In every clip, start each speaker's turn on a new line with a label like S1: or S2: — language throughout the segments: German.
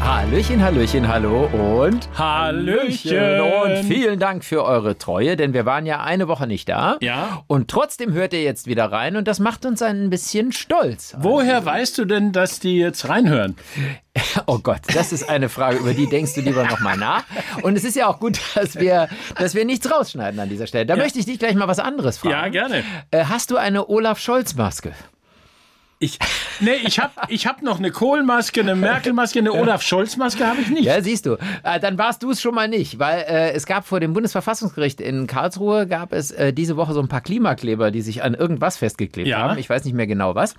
S1: Hallöchen, Hallöchen, hallo und
S2: Hallöchen.
S1: und vielen Dank für eure Treue, denn wir waren ja eine Woche nicht da.
S2: Ja.
S1: Und trotzdem hört ihr jetzt wieder rein und das macht uns ein bisschen stolz.
S2: Woher weißt du denn, dass die jetzt reinhören?
S1: Oh Gott, das ist eine Frage, über die denkst du lieber nochmal nach. Und es ist ja auch gut, dass wir, dass wir nichts rausschneiden an dieser Stelle. Da möchte ich dich gleich mal was anderes fragen.
S2: Ja, gerne.
S1: Äh, Hast du eine Olaf Scholz-Maske?
S2: Ich. Nee, ich habe ich hab noch eine Kohlmaske, eine Merkel-Maske, eine Olaf-Scholz-Maske habe ich nicht.
S1: Ja, siehst du. Äh, dann warst du es schon mal nicht, weil äh, es gab vor dem Bundesverfassungsgericht in Karlsruhe gab es äh, diese Woche so ein paar Klimakleber, die sich an irgendwas festgeklebt
S2: Ja.
S1: haben. Ich weiß nicht mehr genau was.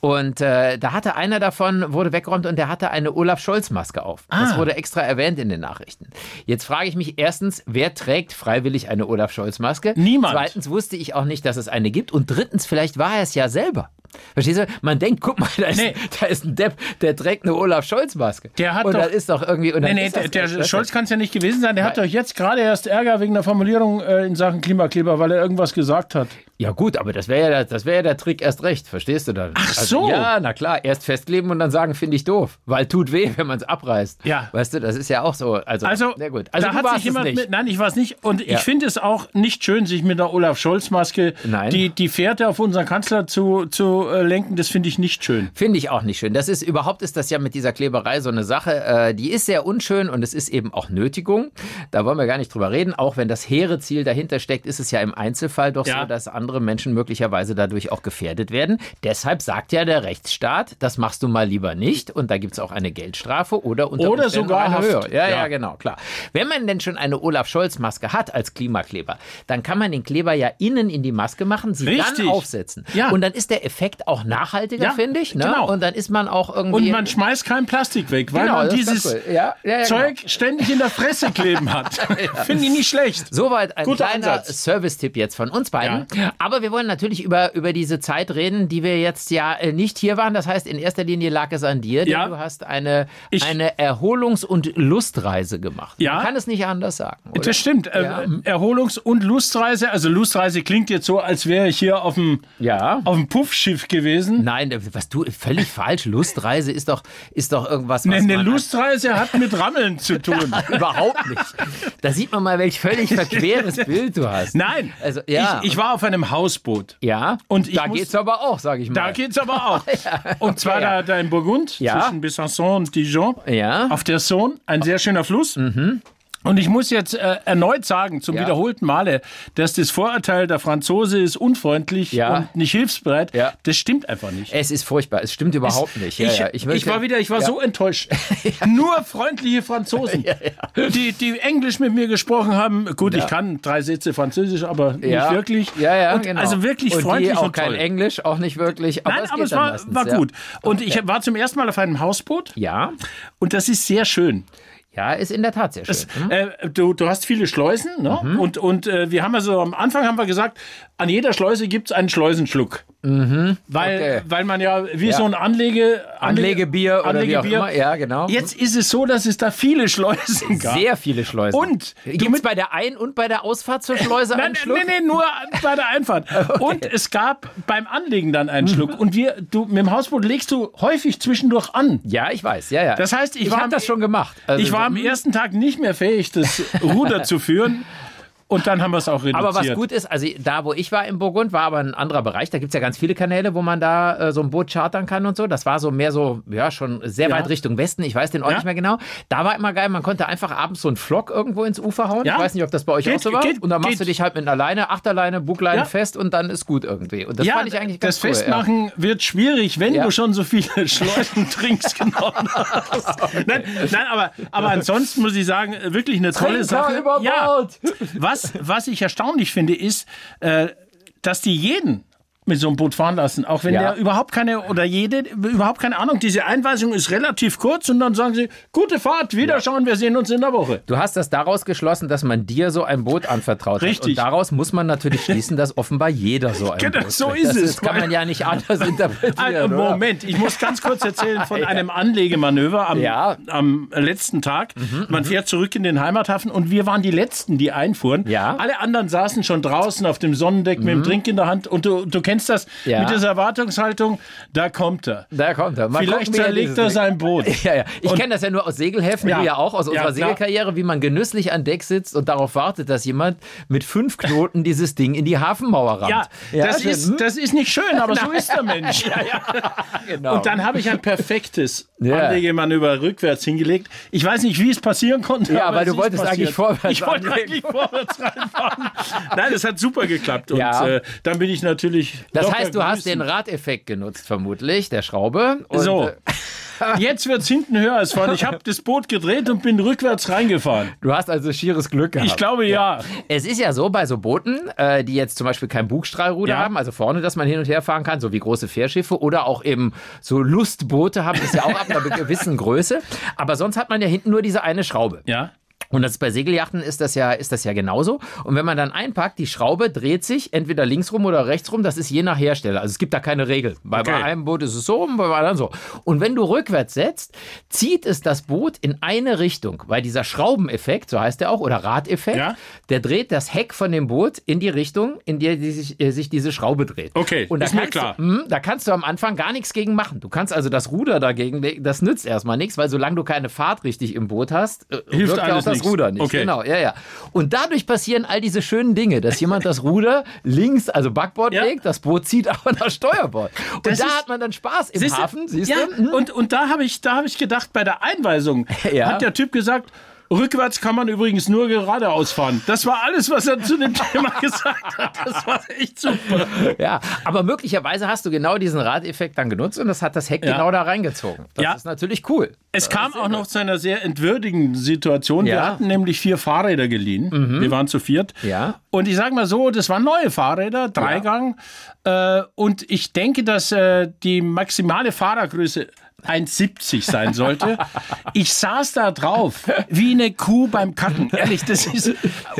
S1: Und äh, da hatte einer davon wurde weggeräumt und der hatte eine Olaf Scholz Maske auf.
S2: Ah.
S1: Das wurde extra erwähnt in den Nachrichten. Jetzt frage ich mich erstens, wer trägt freiwillig eine Olaf Scholz Maske?
S2: Niemand.
S1: Zweitens wusste ich auch nicht, dass es eine gibt und drittens vielleicht war er es ja selber. Verstehst du? Man denkt, guck mal, da ist,
S2: Nee.
S1: da ist ein Depp, der trägt eine Olaf Scholz Maske.
S2: Der hat
S1: und
S2: doch-
S1: das ist doch irgendwie und
S2: Nee,
S1: dann
S2: nee,
S1: ist das
S2: der, der
S1: nicht, weißt du?
S2: Scholz kann es ja nicht gewesen sein. Der hat doch jetzt gerade erst Ärger wegen der Formulierung äh, in Sachen Klimakleber, weil er irgendwas gesagt hat.
S1: Ja gut, aber das wäre ja, der- das wäre ja der Trick erst recht, verstehst du dann? Ach
S2: so.
S1: ja, na klar, erst festkleben und dann sagen, finde ich doof, weil tut weh, wenn man es abreißt.
S2: Ja.
S1: Weißt du, das ist ja auch so. Also,
S2: Also,
S1: na gut. Also
S2: da
S1: du
S2: hat
S1: warst
S2: sich jemand
S1: es nicht.
S2: mit. Nein, ich war es nicht. Und
S1: Ja.
S2: ich finde es auch nicht schön, sich mit einer Olaf-Scholz-Maske
S1: Nein.
S2: die, die Fährte auf unseren Kanzler zu, zu äh, lenken. Das finde ich nicht schön.
S1: Finde ich auch nicht schön. Das ist überhaupt ist das ja mit dieser Kleberei so eine Sache, äh, die ist sehr unschön und es ist eben auch Nötigung. Da wollen wir gar nicht drüber reden. Auch wenn das hehre Ziel dahinter steckt, ist es ja im Einzelfall doch
S2: Ja.
S1: so, dass andere Menschen möglicherweise dadurch auch gefährdet werden. Deshalb sagt ja der Rechtsstaat, das machst du mal lieber nicht und da gibt es auch eine Geldstrafe oder unter
S2: Oder
S1: Umständen
S2: sogar
S1: eine
S2: Haft.
S1: höhere. Ja, ja,
S2: Ja.
S1: genau, klar. Wenn man denn schon eine Olaf Scholz Maske hat als Klimakleber, dann kann man den Kleber ja innen in die Maske machen, sie dann
S2: Richtig.
S1: aufsetzen
S2: Ja.
S1: und dann ist der Effekt auch nachhaltiger,
S2: Ja,
S1: finde ich. Ne?
S2: genau.
S1: Und dann ist man auch irgendwie.
S2: Und man schmeißt kein Plastik weg, weil
S1: Genau,
S2: man
S1: das ist
S2: dieses
S1: ganz cool. Ja, ja, genau. ja,
S2: Zeug ständig in der Fresse kleben hat. Finde ich nicht schlecht.
S1: Soweit ein
S2: Guter
S1: kleiner
S2: Ansatz.
S1: Service-Tipp jetzt von uns beiden. Aber wir wollen natürlich über, über diese Zeit reden, die wir jetzt ja äh, nicht hier waren. Das heißt, in erster Linie lag es an dir, denn
S2: Ja.
S1: du hast eine,
S2: Ich-
S1: eine Erholungs- und Lustreise gemacht.
S2: Ja.
S1: Man kann es nicht anders sagen. Oder?
S2: Das stimmt. Äh,
S1: Ja.
S2: Erholungs- und Lustreise. Also Lustreise klingt jetzt so, als wäre ich hier auf dem,
S1: Ja.
S2: auf dem Puffschiff gewesen.
S1: Nein, äh, was du völlig falsch. Lustreise ist doch, ist doch irgendwas, was
S2: Denn eine
S1: man halt
S2: Lustreise hat mit Rammeln zu tun.
S1: überhaupt nicht. Da sieht man mal, welch völlig verqueres Bild du hast.
S2: Nein,
S1: Also, ja.
S2: ich, ich war auf einem Hausboot.
S1: Ja,
S2: Und ich
S1: da
S2: muss-
S1: geht's aber auch, sage ich mal.
S2: Da geht's aber auch. Und zwar
S1: ja.
S2: da, da in Burgund,
S1: Ja.
S2: zwischen Besançon und Dijon.
S1: Ja. Mhm.
S2: Auf der Saône, ein sehr schöner Fluss. Und ich muss jetzt äh, erneut sagen, zum
S1: Ja.
S2: wiederholten Male, dass das Vorurteil, der Franzose ist unfreundlich
S1: Ja.
S2: und nicht hilfsbereit,
S1: Ja.
S2: das stimmt einfach nicht.
S1: Es ist furchtbar. Es stimmt überhaupt nicht. Ja,
S2: ich,
S1: ja.
S2: ich,
S1: möchte-
S2: war wieder, ich war so enttäuscht. Nur freundliche Franzosen, Die, die Englisch mit mir gesprochen haben. Gut, ich kann drei Sätze Französisch, aber
S1: ja.
S2: nicht wirklich.
S1: Ja, ja,
S2: und
S1: genau.
S2: Also wirklich
S1: und
S2: freundlich
S1: die auch
S2: und
S1: kein
S2: toll.
S1: Englisch, auch nicht wirklich. Aber
S2: Nein,
S1: es
S2: aber
S1: geht
S2: es
S1: dann
S2: war,
S1: meistens,
S2: war
S1: ja.
S2: gut. Und ich war zum ersten Mal auf einem Hausboot
S1: Ja,
S2: und das ist sehr schön.
S1: ja, ist in der Tat sehr schön.
S2: Äh, du, du hast viele Schleusen ne?
S1: Mhm.
S2: und, und äh, wir haben also am Anfang haben wir gesagt, an jeder Schleuse gibt es einen Schleusenschluck. Weil,
S1: Mhm. Okay.
S2: weil man ja wie so ein Anlege,
S1: Anlegebier oder wie auch immer. Ja, genau.
S2: Jetzt ist es so, dass es da viele Schleusen gab.
S1: Sehr viele Schleusen.
S2: Und du
S1: Gibt's
S2: mit-
S1: bei der Ein- und bei der Ausfahrt zur Schleuse
S2: Nein,
S1: einen Schluck?
S2: nein, nein, nur bei der Einfahrt. Und es gab beim Anlegen dann einen
S1: Mhm.
S2: Schluck. Und wir, du, mit dem Hausboot legst du häufig zwischendurch an.
S1: Ja, ich weiß. Ja, ja.
S2: Das heißt, ich
S1: ich
S2: war
S1: habe
S2: am-
S1: das schon gemacht. Also,
S2: ich war am
S1: so-
S2: ersten Tag nicht mehr fähig, das Ruder zu führen. Und dann haben wir es auch reduziert.
S1: Aber was gut ist, also da, wo ich war in Burgund, war aber ein anderer Bereich. Da gibt es ja ganz viele Kanäle, wo man da äh, so ein Boot chartern kann und so. Das war so mehr so, ja, schon sehr weit Richtung Westen. Ich weiß den Ort
S2: Ja.
S1: nicht mehr genau. Da war immer geil, man konnte einfach abends so einen Flock irgendwo ins Ufer hauen.
S2: Ja.
S1: Ich weiß nicht, ob das bei euch
S2: Geht,
S1: auch so war.
S2: geht,
S1: und dann machst
S2: geht.
S1: du dich halt mit einer Leine, Achterleine, Bugleine
S2: Ja.
S1: fest und dann ist gut irgendwie. Und das
S2: ja,
S1: fand ich eigentlich ganz
S2: das
S1: cool. ja.
S2: Festmachen wird schwierig, wenn
S1: Ja.
S2: du schon so viele Schleusentrings genommen hast. Nein, nein aber, aber ansonsten muss ich sagen, wirklich eine tolle
S1: Trinker
S2: Sache.
S1: über
S2: Ja,
S1: Bord.
S2: was, was ich erstaunlich finde, ist, äh, dass die jeden mit so einem Boot fahren lassen. Auch wenn
S1: Ja.
S2: der überhaupt keine oder jede überhaupt keine Ahnung. Diese Einweisung ist relativ kurz und dann sagen sie, gute Fahrt, wiederschauen, wir sehen uns in der Woche.
S1: Du hast das daraus geschlossen, dass man dir so ein Boot anvertraut hat.
S2: Richtig.
S1: Und daraus muss man natürlich schließen, dass offenbar jeder so ein
S2: Genau,
S1: Boot
S2: so
S1: trägt.
S2: ist
S1: das
S2: es,
S1: Das kann
S2: weil-
S1: man ja nicht anders interpretieren.
S2: Ein,
S1: oder?
S2: Moment, ich muss ganz kurz erzählen von einem Anlegemanöver am,
S1: Ja. Mhm,
S2: am äh, letzten Tag. Man fährt zurück in den Heimathafen und wir waren die Letzten, die einfuhren.
S1: Ja. Mhm.
S2: Alle anderen saßen schon draußen auf dem Sonnendeck mit dem Drink in der Hand und du, du kennst das
S1: Ja.
S2: mit dieser Erwartungshaltung, da kommt er.
S1: Da kommt er. Mal
S2: Vielleicht
S1: gucken, wie
S2: zerlegt
S1: dieses
S2: er sein Boot.
S1: Ding- Ja, ja. Ich kenne das ja nur aus Segelheften,
S2: Ja.
S1: du ja auch aus
S2: Ja,
S1: unserer
S2: klar.
S1: Segelkarriere, wie man genüsslich an Deck sitzt und darauf wartet, dass jemand mit fünf Knoten dieses Ding in die Hafenmauer rammt.
S2: Ja, das,
S1: schön. Hm?
S2: ist, das ist nicht schön, aber so ist der Mensch.
S1: genau.
S2: Und dann habe ich ein perfektes
S1: Ja.
S2: Anlegemanöver rückwärts hingelegt. Ich weiß nicht, wie es passieren konnte.
S1: Ja,
S2: aber
S1: weil du
S2: es ist
S1: wolltest
S2: passiert.
S1: eigentlich vorwärts
S2: Ich wollte
S1: anlegen.
S2: eigentlich vorwärts reinfahren. Nein, das hat super geklappt. Und
S1: Ja.
S2: äh, dann bin ich natürlich.
S1: das
S2: locker
S1: heißt, du hast den
S2: grüßen.
S1: Radeffekt genutzt, vermutlich, der Schraube. Und,
S2: So.
S1: äh,
S2: Jetzt wird es hinten höher als vorne. Ich habe das Boot gedreht und bin rückwärts reingefahren.
S1: Du hast also schieres Glück gehabt.
S2: Ich glaube ja.
S1: Es ist ja so bei so Booten, äh, die jetzt zum Beispiel kein Bugstrahlruder
S2: Ja.
S1: haben, also vorne, dass man hin und her fahren kann, so wie große Fährschiffe oder auch eben so Lustboote haben, das ja auch ab einer gewissen Größe. Aber sonst hat man ja hinten nur diese eine Schraube.
S2: Ja.
S1: Und das ist bei Segeljachten ist das ja ist das ja genauso. Und wenn man dann einpackt, die Schraube dreht sich entweder links rum oder rechts rum. Das ist je nach Hersteller. Also es gibt da keine Regel. Bei, bei
S2: Okay.
S1: einem Boot ist es so, und bei bei anderen so. Und wenn du rückwärts setzt, zieht es das Boot in eine Richtung, weil dieser Schraubeneffekt, so heißt der auch, oder Radeffekt,
S2: Ja.
S1: der dreht das Heck von dem Boot in die Richtung, in der die sich, äh, sich diese Schraube dreht.
S2: Okay,
S1: und da
S2: ist mir
S1: kannst
S2: klar.
S1: Du, hm, da kannst du am Anfang gar nichts gegen machen. Du kannst also das Ruder dagegen, legen, das nützt erstmal nichts, weil solange du keine Fahrt richtig im Boot hast, äh, wirkt
S2: Hilft
S1: ja auch
S2: alles
S1: das
S2: nichts.
S1: Ruder nicht.
S2: Okay.
S1: Genau, ja, ja. Und dadurch passieren all diese schönen Dinge, dass jemand das Ruder links, also Backbord
S2: Ja.
S1: legt, das Boot zieht aber nach Steuerbord. Und
S2: Das
S1: da
S2: ist-
S1: hat man dann Spaß im
S2: Siehst du?
S1: Hafen, siehst
S2: ja,
S1: du? Hm.
S2: Und, und da habe ich, da hab ich gedacht, bei der Einweisung
S1: Ja.
S2: hat der Typ gesagt, rückwärts kann man übrigens nur geradeaus fahren. Das war alles, was er zu dem Thema gesagt hat. Das war echt super.
S1: Ja, aber möglicherweise hast du genau diesen Radeffekt dann genutzt und das hat das Heck
S2: Ja.
S1: genau da reingezogen. Das
S2: Ja.
S1: ist natürlich cool.
S2: Es kam auch noch zu einer sehr entwürdigen Situation. Wir
S1: Ja. Mhm.
S2: hatten nämlich vier Fahrräder geliehen. Wir waren zu viert.
S1: Ja.
S2: Und ich sage mal so, das waren neue Fahrräder, Dreigang. Äh, und ich denke, dass äh, die maximale Fahrergröße 1,70 sein sollte. ich saß da drauf wie eine Kuh beim Kacken. Ehrlich, das ist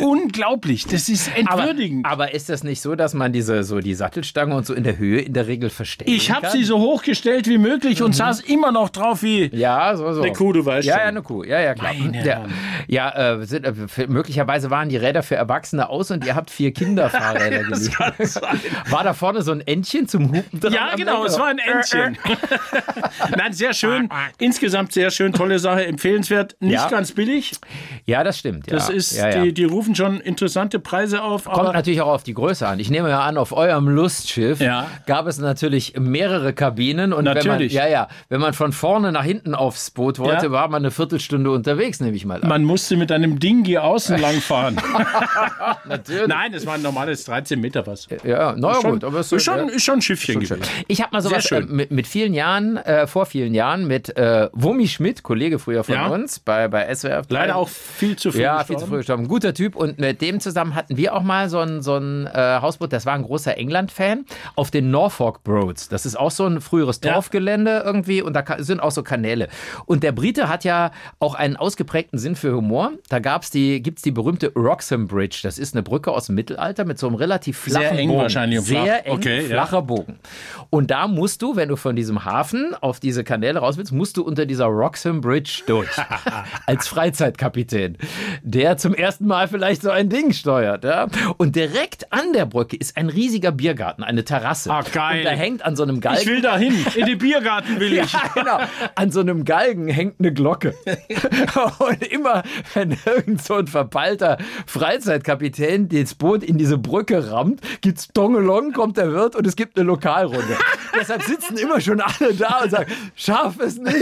S2: unglaublich. Das ist
S1: Aber,
S2: entwürdigend.
S1: aber ist das nicht so, dass man diese so die Sattelstange und so in der Höhe in der Regel versteckt?
S2: ich habe sie so hochgestellt wie möglich
S1: Mhm.
S2: und saß immer noch drauf wie
S1: Ja, so, so.
S2: eine Kuh, du weißt
S1: Ja,
S2: schon.
S1: ja, eine Kuh. Ja, ja, klar. ja, ja äh, sind, äh, f- möglicherweise waren die Räder für Erwachsene aus und ihr habt vier Kinderfahrräder geliehen. War da vorne so ein Entchen zum Hupen dran?
S2: Ja,
S1: am Äh,
S2: genau,
S1: Lenker?
S2: es war ein Entchen. Nein, sehr schön. Insgesamt sehr schön, tolle Sache, empfehlenswert. Nicht
S1: Äh, Ja.
S2: ganz billig.
S1: Ja, das stimmt. Ja.
S2: Das ist,
S1: ja, ja.
S2: Die, die rufen schon interessante Preise auf.
S1: Kommt
S2: Aber
S1: natürlich auch auf die Größe an. Ich nehme ja an, auf eurem Lustschiff
S2: Ja.
S1: gab es natürlich mehrere Kabinen und
S2: Natürlich.
S1: Wenn man, ja, ja, wenn man von vorne nach hinten aufs Boot wollte,
S2: Ja.
S1: war man eine Viertelstunde unterwegs, nehme ich mal an.
S2: man musste mit einem Ding hier außen lang fahren.
S1: Natürlich.
S2: Nein, es war ein normales 13 Meter was.
S1: Ja, na ja,
S2: Schon,
S1: gut, aber es
S2: ist schon, ist schon ein Schiffchen
S1: Schön.
S2: gewesen.
S1: Ich habe mal sowas
S2: Sehr
S1: äh,
S2: schön.
S1: mit, mit vielen Jahren, äh, vor vielen Jahren, mit äh, Wummi Schmidt, Kollege früher von
S2: Ja.
S1: uns, bei, bei SWR.
S2: Leider auch viel zu früh.
S1: Ja, viel
S2: gestorben.
S1: zu früh gestorben. Guter Typ. Und mit dem zusammen hatten wir auch mal so ein, so ein äh, Hausboot, das war ein großer England-Fan, auf den Norfolk Broads. Das ist auch so ein früheres Dorfgelände irgendwie und da ka- sind auch so Kanäle. Und der Brite hat ja auch einen ausgeprägten Sinn für Humor. Da gab's die, gibt's die berühmte Roxham Bridge. Das ist eine Brücke aus dem Mittelalter mit so einem relativ flachen
S2: Sehr eng
S1: Bogen.
S2: wahrscheinlich und flach.
S1: Sehr eng,
S2: Okay, ja.
S1: flacher Bogen. Und da musst du, wenn du von diesem Hafen auf diese Kanäle raus willst, musst du unter dieser Roxham Bridge durch. als Freizeitkapitän, der zum ersten Mal vielleicht so ein Ding steuert. Ja? Und direkt an der Brücke ist ein riesiger Biergarten, eine Terrasse.
S2: Ah, geil.
S1: Und da hängt an so einem Galgen.
S2: Ich will da hin. In den Biergarten will ich.
S1: Ja, genau. An so einem Galgen hängt eine Glocke. Und immer, wenn irgend so ein verpeilter Freizeitkapitän das Boot in diese Brücke rammt, gibt's Tongelong, kommt der Wirt und es gibt eine Lokalrunde. Deshalb sitzen immer schon alle da und sagen, schaff es nicht.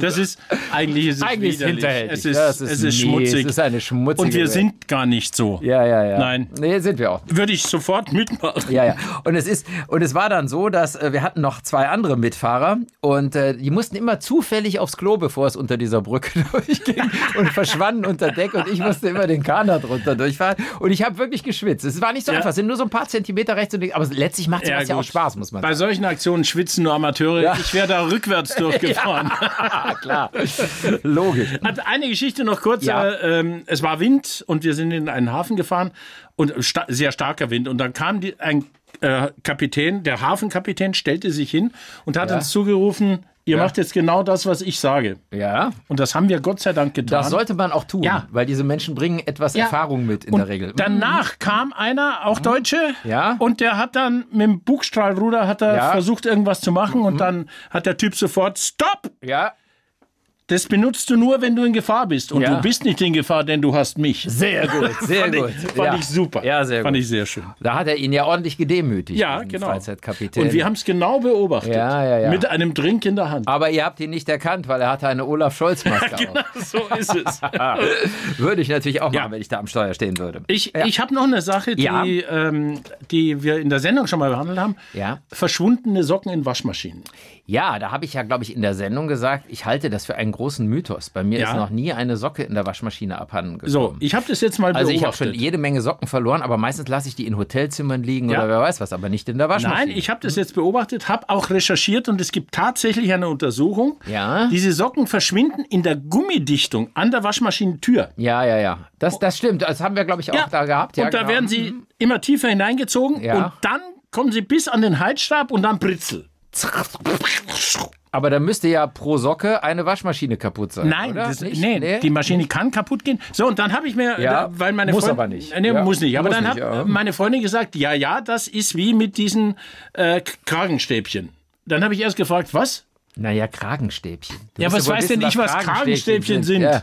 S2: Das ist eigentlich ist es
S1: Eigentlich ist es
S2: widerlich.
S1: hinterhältig.
S2: Es ist,
S1: Ja,
S2: es ist,
S1: mies.
S2: schmutzig.
S1: Es ist eine schmutzige
S2: Und wir
S1: Welt.
S2: sind gar nicht so.
S1: Ja, ja, ja.
S2: Nein.
S1: Nee, sind wir auch.
S2: Würde ich sofort mitmachen.
S1: Ja, ja. Und es ist, und es war dann so, dass äh, wir hatten noch zwei andere Mitfahrer und äh, die mussten immer zufällig aufs Klo, bevor es unter dieser Brücke durchging und verschwanden unter Deck und ich musste immer den Kanat runter durchfahren. Und ich habe wirklich geschwitzt. Es war nicht so
S2: Ja.
S1: einfach, es sind nur so ein paar Zentimeter rechts und links, aber letztlich macht es
S2: Ja,
S1: ja, ja auch
S2: gut.
S1: Spaß, muss man sagen.
S2: Bei solchen Aktionen schwitzen nur Amateure. Ich wäre da rückwärts durchgefahren.
S1: Ah, klar. Logisch.
S2: Hat eine Geschichte noch kurz.
S1: Ja.
S2: Äh, ähm, es war Wind und wir sind in einen Hafen gefahren und äh, sta sehr starker Wind. Und dann kam die, ein äh, Kapitän, der Hafenkapitän, stellte sich hin und hat
S1: Ja.
S2: uns zugerufen: Ihr
S1: Ja.
S2: macht jetzt genau das, was ich sage.
S1: Ja.
S2: Und das haben wir Gott sei Dank getan.
S1: Das sollte man auch tun,
S2: Ja.
S1: weil diese Menschen bringen etwas
S2: Ja.
S1: Erfahrung mit in
S2: und
S1: der Regel. Mhm.
S2: Danach kam einer, auch Deutsche,
S1: Ja.
S2: und der hat dann mit dem Bugstrahlruder hat er
S1: Ja. Mhm.
S2: versucht, irgendwas zu machen. Und dann hat der Typ sofort: Stopp!
S1: Ja.
S2: Das benutzt du nur, wenn du in Gefahr bist. Und
S1: Ja.
S2: du bist nicht in Gefahr, denn du hast mich.
S1: Sehr gut, sehr
S2: fand
S1: gut.
S2: Ich, fand
S1: ja.
S2: ich super.
S1: Ja, sehr
S2: fand
S1: gut.
S2: ich sehr schön.
S1: Da hat er ihn ja ordentlich gedemütigt.
S2: Ja,
S1: den
S2: genau.
S1: Freizeitkapitän.
S2: Und wir haben es genau beobachtet.
S1: Ja, ja, ja.
S2: Mit einem Drink in der Hand.
S1: aber ihr habt ihn nicht erkannt, weil er hatte eine Olaf Scholz-Maske auf. Ah.
S2: so ist es.
S1: Würde ich natürlich auch
S2: Genau. Ja.
S1: machen, wenn ich da am Steuer stehen würde.
S2: Ich, ich habe noch eine Sache, die,
S1: Ja.
S2: ähm, die wir in der Sendung schon mal behandelt haben.
S1: Ja.
S2: Verschwundene Socken in Waschmaschinen.
S1: ja, da habe ich ja, glaube ich, in der Sendung gesagt, ich halte das für einen großen Mythos. Bei mir
S2: Ja.
S1: ist noch nie eine Socke in der Waschmaschine abhanden
S2: So, Oh,
S1: gekommen.
S2: ich habe das jetzt mal
S1: also ich habe
S2: beobachtet.
S1: schon jede Menge Socken verloren, aber meistens lasse ich die in Hotelzimmern liegen
S2: Ja.
S1: oder wer weiß was, aber nicht in der Waschmaschine.
S2: Nein, ich habe
S1: Hm?
S2: das jetzt beobachtet, habe auch recherchiert und es gibt tatsächlich eine Untersuchung.
S1: Ja.
S2: Diese Socken verschwinden in der Gummidichtung an der Waschmaschinentür.
S1: Ja, ja, ja. Das, das stimmt. Das haben wir, glaube ich, auch da gehabt. Ja,
S2: und da
S1: genau.
S2: werden sie immer tiefer hineingezogen
S1: Ja.
S2: und dann kommen sie bis an den Heizstab und dann Britzel.
S1: Aber da müsste ja pro Socke eine Waschmaschine kaputt sein.
S2: Nein,
S1: oder?
S2: das,
S1: Nicht?
S2: nee, die Maschine kann kaputt gehen. So, und dann habe ich mir,
S1: Ja,
S2: da, weil meine
S1: muss
S2: Freundin,
S1: aber nicht.
S2: Nee,
S1: Ja,
S2: muss nicht. Aber
S1: muss
S2: dann
S1: nicht,
S2: hat
S1: ja.
S2: meine Freundin gesagt, ja, ja, das ist wie mit diesen äh, K- Kragenstäbchen. Dann habe ich erst gefragt, was?
S1: Naja, Kragenstäbchen. Du
S2: Ja,
S1: musst
S2: was
S1: wohl
S2: weiß
S1: wissen,
S2: denn ich, was Kragenstäbchen sind?
S1: Ja.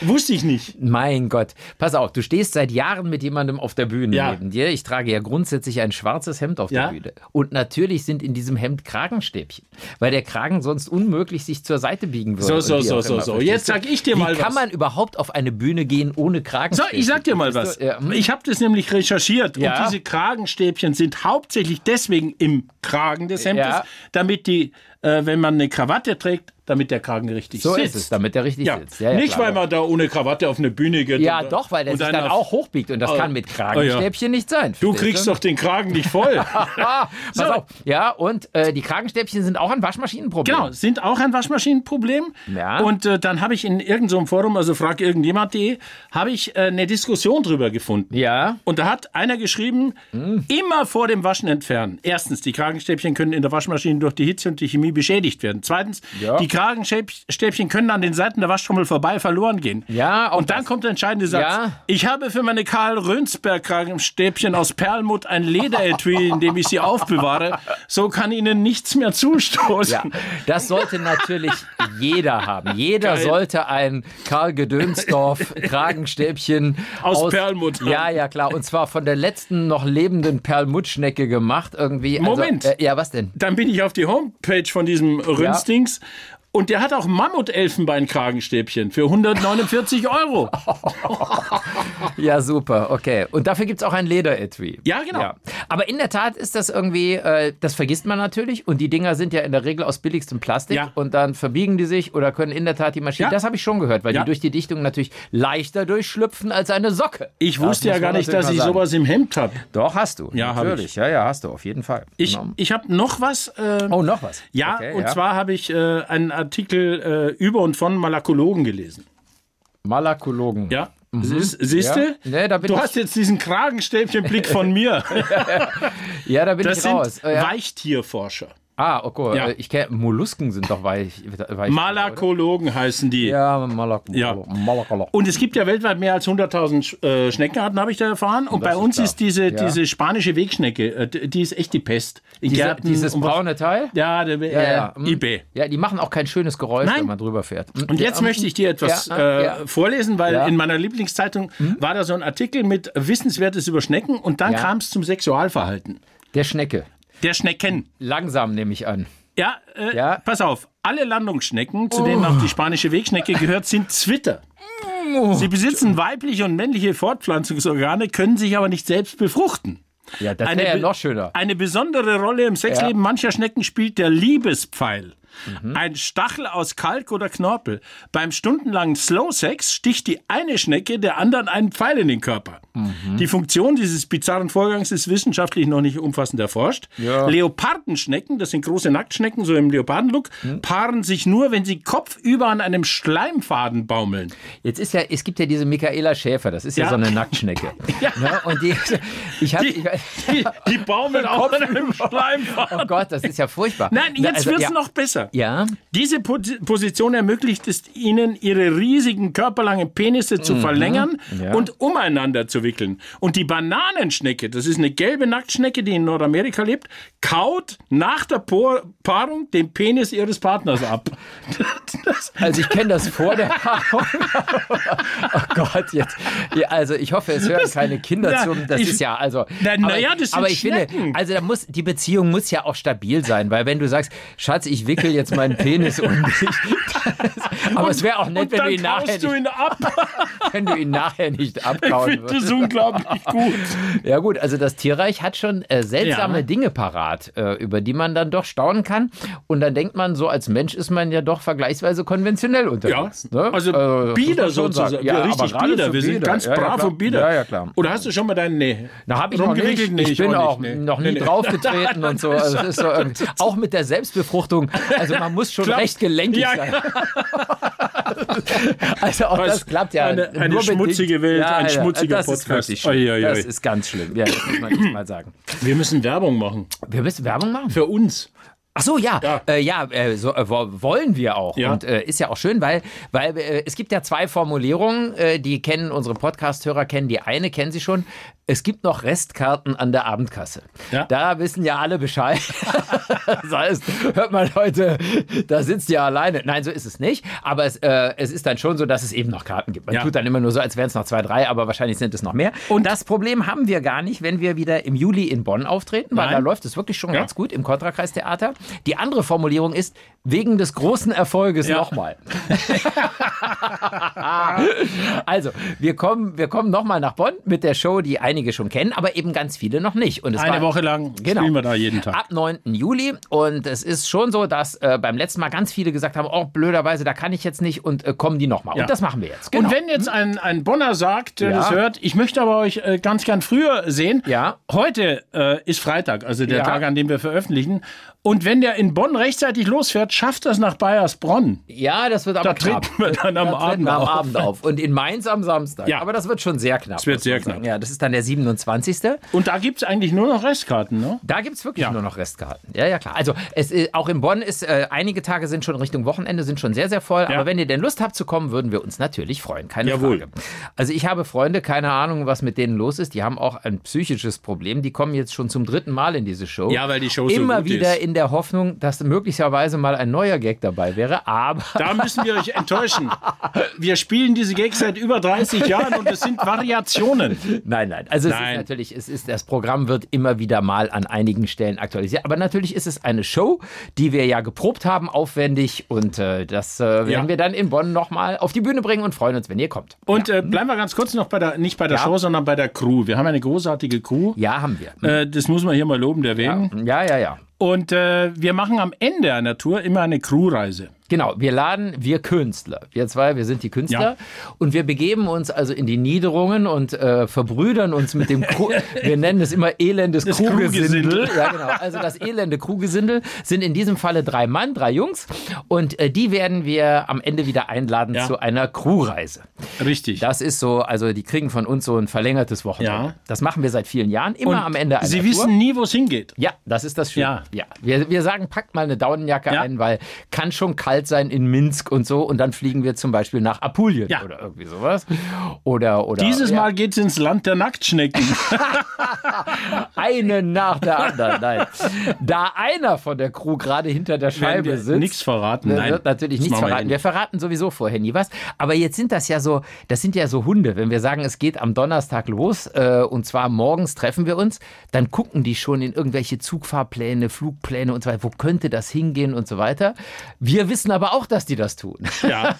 S2: Wusste ich nicht.
S1: Mein Gott. Pass auf, du stehst seit Jahren mit jemandem auf der Bühne
S2: Ja.
S1: neben dir. Ich trage ja grundsätzlich ein schwarzes Hemd auf
S2: Ja.
S1: der Bühne. Und natürlich sind in diesem Hemd Kragenstäbchen, weil der Kragen sonst unmöglich sich zur Seite biegen würde.
S2: So,
S1: und
S2: so,
S1: wie
S2: so,
S1: auch
S2: so,
S1: immer,
S2: so.
S1: verstehst
S2: Jetzt
S1: du?
S2: sag ich dir
S1: Wie
S2: mal
S1: kann
S2: was.
S1: man überhaupt auf eine Bühne gehen ohne
S2: So,
S1: Kragenstäbchen?
S2: ich sag dir mal was.
S1: Verstehst du? Ja, hm.
S2: Ich habe das nämlich recherchiert
S1: Ja.
S2: und diese Kragenstäbchen sind hauptsächlich deswegen im Kragen des Hemdes,
S1: Ja.
S2: damit die, äh, wenn man eine Krawatte trägt, damit der Kragen richtig
S1: so
S2: sitzt.
S1: ist es, damit der richtig
S2: Ja.
S1: sitzt.
S2: nicht,
S1: klar.
S2: weil man da ohne Krawatte auf eine Bühne geht.
S1: Ja,
S2: und-
S1: doch, weil der
S2: und
S1: sich dann
S2: auf-
S1: auch ne? hochbiegt und das
S2: Oh.
S1: kann mit Kragenstäbchen nicht sein.
S2: Du
S1: verstehst
S2: kriegst doch den Kragen nicht voll.
S1: Ah, pass
S2: So.
S1: auf. Ja, und äh, die Kragenstäbchen sind auch ein Waschmaschinenproblem.
S2: genau, sind auch ein Waschmaschinenproblem.
S1: Ja.
S2: Und äh, dann habe ich in irgendeinem Forum, also frag irgendjemand.de, habe ich äh, eine Diskussion drüber gefunden.
S1: Ja.
S2: Und da hat einer geschrieben,
S1: Hm.
S2: immer vor dem Waschen entfernen. Erstens, die Kragenstäbchen können in der Waschmaschine durch die Hitze und die Chemie beschädigt werden. Zweitens,
S1: Ja.
S2: die Kragenstäbchen können an den Seiten der Waschtrommel vorbei verloren gehen.
S1: Ja, auch
S2: und dann
S1: das.
S2: kommt der entscheidende Satz.
S1: Ja.
S2: Ich habe für meine Karl Rönsberg Kragenstäbchen aus Perlmutt ein Lederetui, in dem ich sie aufbewahre. So kann ihnen nichts mehr zustoßen.
S1: Ja, das sollte natürlich jeder haben. Jeder
S2: Geil.
S1: sollte ein Karl Gedönsdorf Kragenstäbchen
S2: Aus Perlmutt haben.
S1: Ja, ja, klar. Und zwar von der letzten noch lebenden Perlmuttschnecke gemacht irgendwie. Also,
S2: Moment.
S1: äh, ja, was denn?
S2: Dann bin ich auf die Homepage von diesem Rünstings. Und der hat auch Mammutelfenbeinkragenstäbchen für 149 Euro.
S1: Ja, super, okay. Und dafür gibt es auch ein Lederetui.
S2: Ja, genau.
S1: Aber in der Tat ist das irgendwie, äh, das vergisst man natürlich. Und die Dinger sind ja in der Regel aus billigstem Plastik.
S2: Ja.
S1: Und dann verbiegen die sich oder können in der Tat die Maschine.
S2: Ja.
S1: Das habe ich schon gehört, weil
S2: Ja.
S1: die durch die Dichtung natürlich leichter durchschlüpfen als eine Socke.
S2: Ich
S1: Das
S2: wusste ja
S1: muss
S2: gar
S1: man
S2: nicht,
S1: natürlich
S2: dass ich
S1: mal sagen.
S2: sowas im Hemd habe.
S1: Doch, hast du.
S2: Ja, hab
S1: natürlich. Ja, ja, hast du, auf jeden Fall.
S2: Ich,
S1: Genau.
S2: ich habe noch was. Äh,
S1: Oh, noch was.
S2: ja,
S1: Okay,
S2: und zwar habe ich äh, einen Artikel äh, über und von Malakologen gelesen.
S1: Malakologen.
S2: Ja. Siehst siehste?
S1: Mhm. Ja. Nee, da bin
S2: du
S1: ich-
S2: hast jetzt diesen Kragenstäbchenblick von mir.
S1: Ja, da bin
S2: Das
S1: ich
S2: sind
S1: raus. Äh, ja.
S2: Weichtierforscher.
S1: Ah, okay.
S2: Ja.
S1: äh, Ich kenn, Mollusken sind doch weich. weich
S2: Malakologen heißen die.
S1: Ja, Malakologen.
S2: Ja.
S1: Malakolog.
S2: Und es gibt ja weltweit mehr als 100.000 Sch- äh, Schneckenarten, habe ich da erfahren. Und
S1: Das
S2: bei
S1: ist
S2: uns
S1: klar.
S2: ist diese,
S1: Ja.
S2: diese spanische Wegschnecke, äh, die die ist echt die Pest. In
S1: Diese,
S2: Gärten
S1: dieses
S2: und was-
S1: braune Teil?
S2: Ja, der, äh,
S1: hm.
S2: IB.
S1: Ja, die machen auch kein schönes Geräusch,
S2: Nein.
S1: wenn man drüber fährt. Hm.
S2: Und jetzt
S1: ja,
S2: möchte ich dir etwas
S1: Ja, ah,
S2: äh,
S1: ja.
S2: vorlesen, weil
S1: Ja. Mhm.
S2: in meiner Lieblingszeitung war da so ein Artikel mit Wissenswertes über Schnecken und dann
S1: Ja.
S2: kam es zum Sexualverhalten
S1: Der Schnecke.
S2: der Schnecken.
S1: Langsam nehme ich an.
S2: Ja, äh,
S1: Ja. Oh.
S2: pass auf. Alle Landungsschnecken, zu denen auch die spanische Wegschnecke gehört, sind Zwitter.
S1: Oh.
S2: Sie besitzen weibliche und männliche Fortpflanzungsorgane, können sich aber nicht selbst befruchten.
S1: Ja, das
S2: Eine
S1: wäre ja
S2: Be-
S1: noch schöner.
S2: Eine besondere Rolle im Sexleben
S1: Ja.
S2: mancher Schnecken spielt der Liebespfeil. Ein Stachel aus Kalk oder Knorpel. Beim stundenlangen Slow Sex sticht die eine Schnecke der anderen einen Pfeil in den Körper.
S1: Mhm.
S2: Die Funktion dieses bizarren Vorgangs ist wissenschaftlich noch nicht umfassend erforscht.
S1: Ja.
S2: Leopardenschnecken, das sind große Nacktschnecken, so im Leopardenlook,
S1: Mhm.
S2: paaren sich nur, wenn sie kopfüber an einem Schleimfaden baumeln.
S1: Jetzt ist ja, es gibt ja diese Michaela Schäfer, das ist ja,
S2: Ja.
S1: so eine Nacktschnecke. Ne? Und die, ich habe,
S2: Die, die, die baumeln auch an einem Schleimfaden.
S1: oh Gott, das ist ja furchtbar.
S2: Nein,
S1: Na,
S2: jetzt
S1: also,
S2: wird's
S1: ja,
S2: noch besser.
S1: Ja,
S2: Diese po Position ermöglicht es ihnen, ihre riesigen körperlangen Penisse zu verlängern
S1: Mhm. Ja.
S2: und umeinander zu wickeln. Und die Bananenschnecke, das ist eine gelbe Nacktschnecke, die in Nordamerika lebt, kaut nach der po Paarung den Penis ihres Partners ab. Das,
S1: also ich kenne das vor der Paarung. oh Gott, jetzt. Ja, also ich hoffe, es hören keine Kinder
S2: Na,
S1: zu. Das
S2: ich-
S1: ist ja, also.
S2: Na, na
S1: aber,
S2: ja, das sind
S1: aber ich finde,
S2: Schnecken.
S1: also da muss, die Beziehung muss ja auch stabil sein, weil wenn du sagst, Schatz, ich wickel jetzt meinen Penis um dich. Das, aber es wäre auch nett,
S2: und
S1: wenn du,
S2: dann
S1: ihn nachher
S2: kaust du
S1: nicht,
S2: ihn ab.
S1: wenn du ihn nachher nicht
S2: Ich
S1: abkauen
S2: finde
S1: würdest.
S2: das unglaublich gut.
S1: Ja gut, also das Tierreich hat schon äh, seltsame
S2: Ja.
S1: Dinge parat, äh, über die man dann doch staunen kann. Und dann denkt man, so als Mensch ist man ja doch vergleichsweise konventionell unterwegs.
S2: Ja,
S1: ne?
S2: also
S1: das muss
S2: Bieder
S1: man schon
S2: sozusagen.
S1: sagen.
S2: Ja,
S1: Ja,
S2: richtig
S1: aber geradezu
S2: Bieder. Wir sind
S1: Bieder.
S2: ganz
S1: ja, ja,
S2: brav
S1: klar.
S2: und Bieder.
S1: Ja, ja, klar.
S2: Oder hast du schon mal deinen nee,
S1: Da habe ich noch nicht.
S2: rumgewickelt? Nee,
S1: ich bin auch
S2: nicht, nee.
S1: noch nie
S2: Nee, nee.
S1: draufgetreten und so. Also es ist so irgendwie- auch mit der Selbstbefruchtung. Also man muss schon
S2: Klappt.
S1: recht gelenkig
S2: Ja,
S1: sein. also auch das klappt ja.
S2: eine- eine
S1: nur bedingt.
S2: schmutzige Welt,
S1: ja,
S2: ein
S1: ja,
S2: schmutziger
S1: das Ist
S2: Podcast.
S1: wirklich schlimm.
S2: Oi, oi, oi.
S1: Das ist ganz schlimm. Ja, das muss man echt mal sagen.
S2: Wir müssen Werbung machen.
S1: Wir müssen Werbung machen.
S2: Für uns.
S1: Ach so, ja, ja,
S2: Ja.
S1: äh, ja äh, so, äh, wo- wollen wir auch.
S2: Ja.
S1: Und äh, ist ja auch schön, weil, weil äh, es gibt ja zwei Formulierungen, äh, die kennen unsere Podcast-Hörer, kennen die eine, kennen sie schon. Es gibt noch Restkarten an der Abendkasse.
S2: Ja.
S1: Da wissen ja alle Bescheid. das heißt, hört mal Leute, da sitzt ihr alleine. Nein, so ist es nicht. Aber es, äh, es ist dann schon so, dass es eben noch Karten gibt. Man
S2: Ja.
S1: tut dann immer nur so, als wären es noch zwei, drei, aber wahrscheinlich sind es noch mehr. Und das Problem haben wir gar nicht, wenn wir wieder im Juli in Bonn auftreten, weil
S2: Nein.
S1: da läuft es wirklich schon
S2: Ja.
S1: ganz gut im Kontrakreistheater. Die andere Formulierung ist, wegen des großen Erfolges
S2: Ja.
S1: nochmal. also, wir kommen, wir kommen nochmal nach Bonn mit der Show, die einige schon kennen, aber eben ganz viele noch nicht. Und es
S2: Eine
S1: war-
S2: Woche lang
S1: Genau.
S2: spielen wir da jeden Tag.
S1: Ab 9. Juli. Und es ist schon so, dass äh, beim letzten Mal ganz viele gesagt haben, oh, blöderweise, da kann ich jetzt nicht und äh, kommen die nochmal.
S2: Ja.
S1: Und das machen wir jetzt. Genau.
S2: Und wenn jetzt ein, ein Bonner sagt, der
S1: Ja.
S2: das hört, ich möchte aber euch äh, ganz gern früher sehen.
S1: Ja.
S2: Heute äh, ist Freitag, also der
S1: Ja.
S2: Tag, an dem wir veröffentlichen. Und wenn der in Bonn rechtzeitig losfährt, schafft das nach Bayersbronn.
S1: ja, das wird aber
S2: Da
S1: knapp.
S2: treten wir dann am
S1: Das treten
S2: Abend
S1: wir am
S2: auf.
S1: Abend auf. Und in Mainz am Samstag.
S2: Ja.
S1: Aber das wird schon sehr knapp. Das
S2: wird sehr knapp.
S1: Ja, das ist dann der 27.
S2: Und da gibt es eigentlich nur noch Restkarten, ne?
S1: Da gibt es wirklich
S2: Ja.
S1: nur noch Restkarten. Ja, ja, klar. Also es, äh, auch in Bonn ist, äh, einige Tage sind schon Richtung Wochenende, sind schon sehr, sehr voll. Aber wenn ihr denn Lust habt zu kommen, würden wir uns natürlich freuen. Keine
S2: Jawohl.
S1: Frage. Also ich habe Freunde, keine Ahnung, was mit denen los ist. Die haben auch ein psychisches Problem. Die kommen jetzt schon zum dritten Mal in diese Show.
S2: Ja, weil die Show so
S1: Immer
S2: gut
S1: wieder
S2: ist.
S1: in der Hoffnung, dass möglicherweise mal ein neuer Gag dabei wäre. Aber
S2: Da müssen wir euch enttäuschen. Wir spielen diese Gags seit über 30 Jahren und es sind Variationen.
S1: Nein, nein. Also es ist
S2: Nein.
S1: natürlich, es ist, das Programm wird immer wieder mal an einigen Stellen aktualisiert. Aber natürlich ist es eine Show, die wir ja geprobt haben, aufwendig. Und äh, das äh, werden
S2: Ja.
S1: wir dann in Bonn nochmal auf die Bühne bringen und freuen uns, wenn ihr kommt.
S2: Und äh, bleiben wir ganz kurz noch bei der, nicht bei der Show, sondern bei der Crew. Wir haben eine großartige Crew.
S1: Ja, haben wir.
S2: Äh, das muss man hier mal lobend erwähnen.
S1: Ja, ja, ja.
S2: Und äh, wir machen am Ende einer Tour immer eine Crewreise.
S1: Genau, wir laden, wir Künstler, wir zwei, wir sind die Künstler und wir begeben uns also in die Niederungen und äh, verbrüdern uns mit dem, Kru wir nennen es immer elendes
S2: Das
S1: Krugesindel.
S2: Krugesindel.
S1: Ja, genau, also das elende Krugesindel sind in diesem Falle drei Mann, drei Jungs und äh, die werden wir am Ende wieder einladen
S2: Ja.
S1: zu einer Crewreise.
S2: Richtig.
S1: Das ist so, also die kriegen von uns so ein verlängertes Wochenende.
S2: Ja.
S1: Das machen wir seit vielen Jahren, immer am Ende einer
S2: Sie
S1: Tour.
S2: wissen nie, wo es hingeht.
S1: Ja, das ist das Schöne. Ja.
S2: Ja.
S1: Wir, wir sagen, packt mal eine Daunenjacke
S2: Ja.
S1: ein, weil kann schon kalt sein in Minsk und so. Und dann fliegen wir zum Beispiel nach Apulien
S2: Ja.
S1: oder irgendwie sowas. Oder, oder.
S2: Dieses
S1: ja,
S2: Mal geht's ins Land der Nacktschnecken.
S1: Eine nach der anderen. Nein. Da einer von der Crew gerade hinter der
S2: Werden
S1: Scheibe
S2: wir
S1: sitzt.
S2: Nichts verraten.
S1: Wir
S2: Nein,
S1: wird natürlich
S2: das
S1: nichts
S2: machen wir
S1: verraten. Wir verraten sowieso vorher nie was. Aber jetzt sind das ja so, das sind ja so Hunde. Wenn wir sagen, es geht am Donnerstag los äh, und zwar morgens treffen wir uns, dann gucken die schon in irgendwelche Zugfahrpläne, Flugpläne und so weiter. Wo könnte das hingehen und so weiter? Wir wissen aber auch, dass die das tun.
S2: Ja,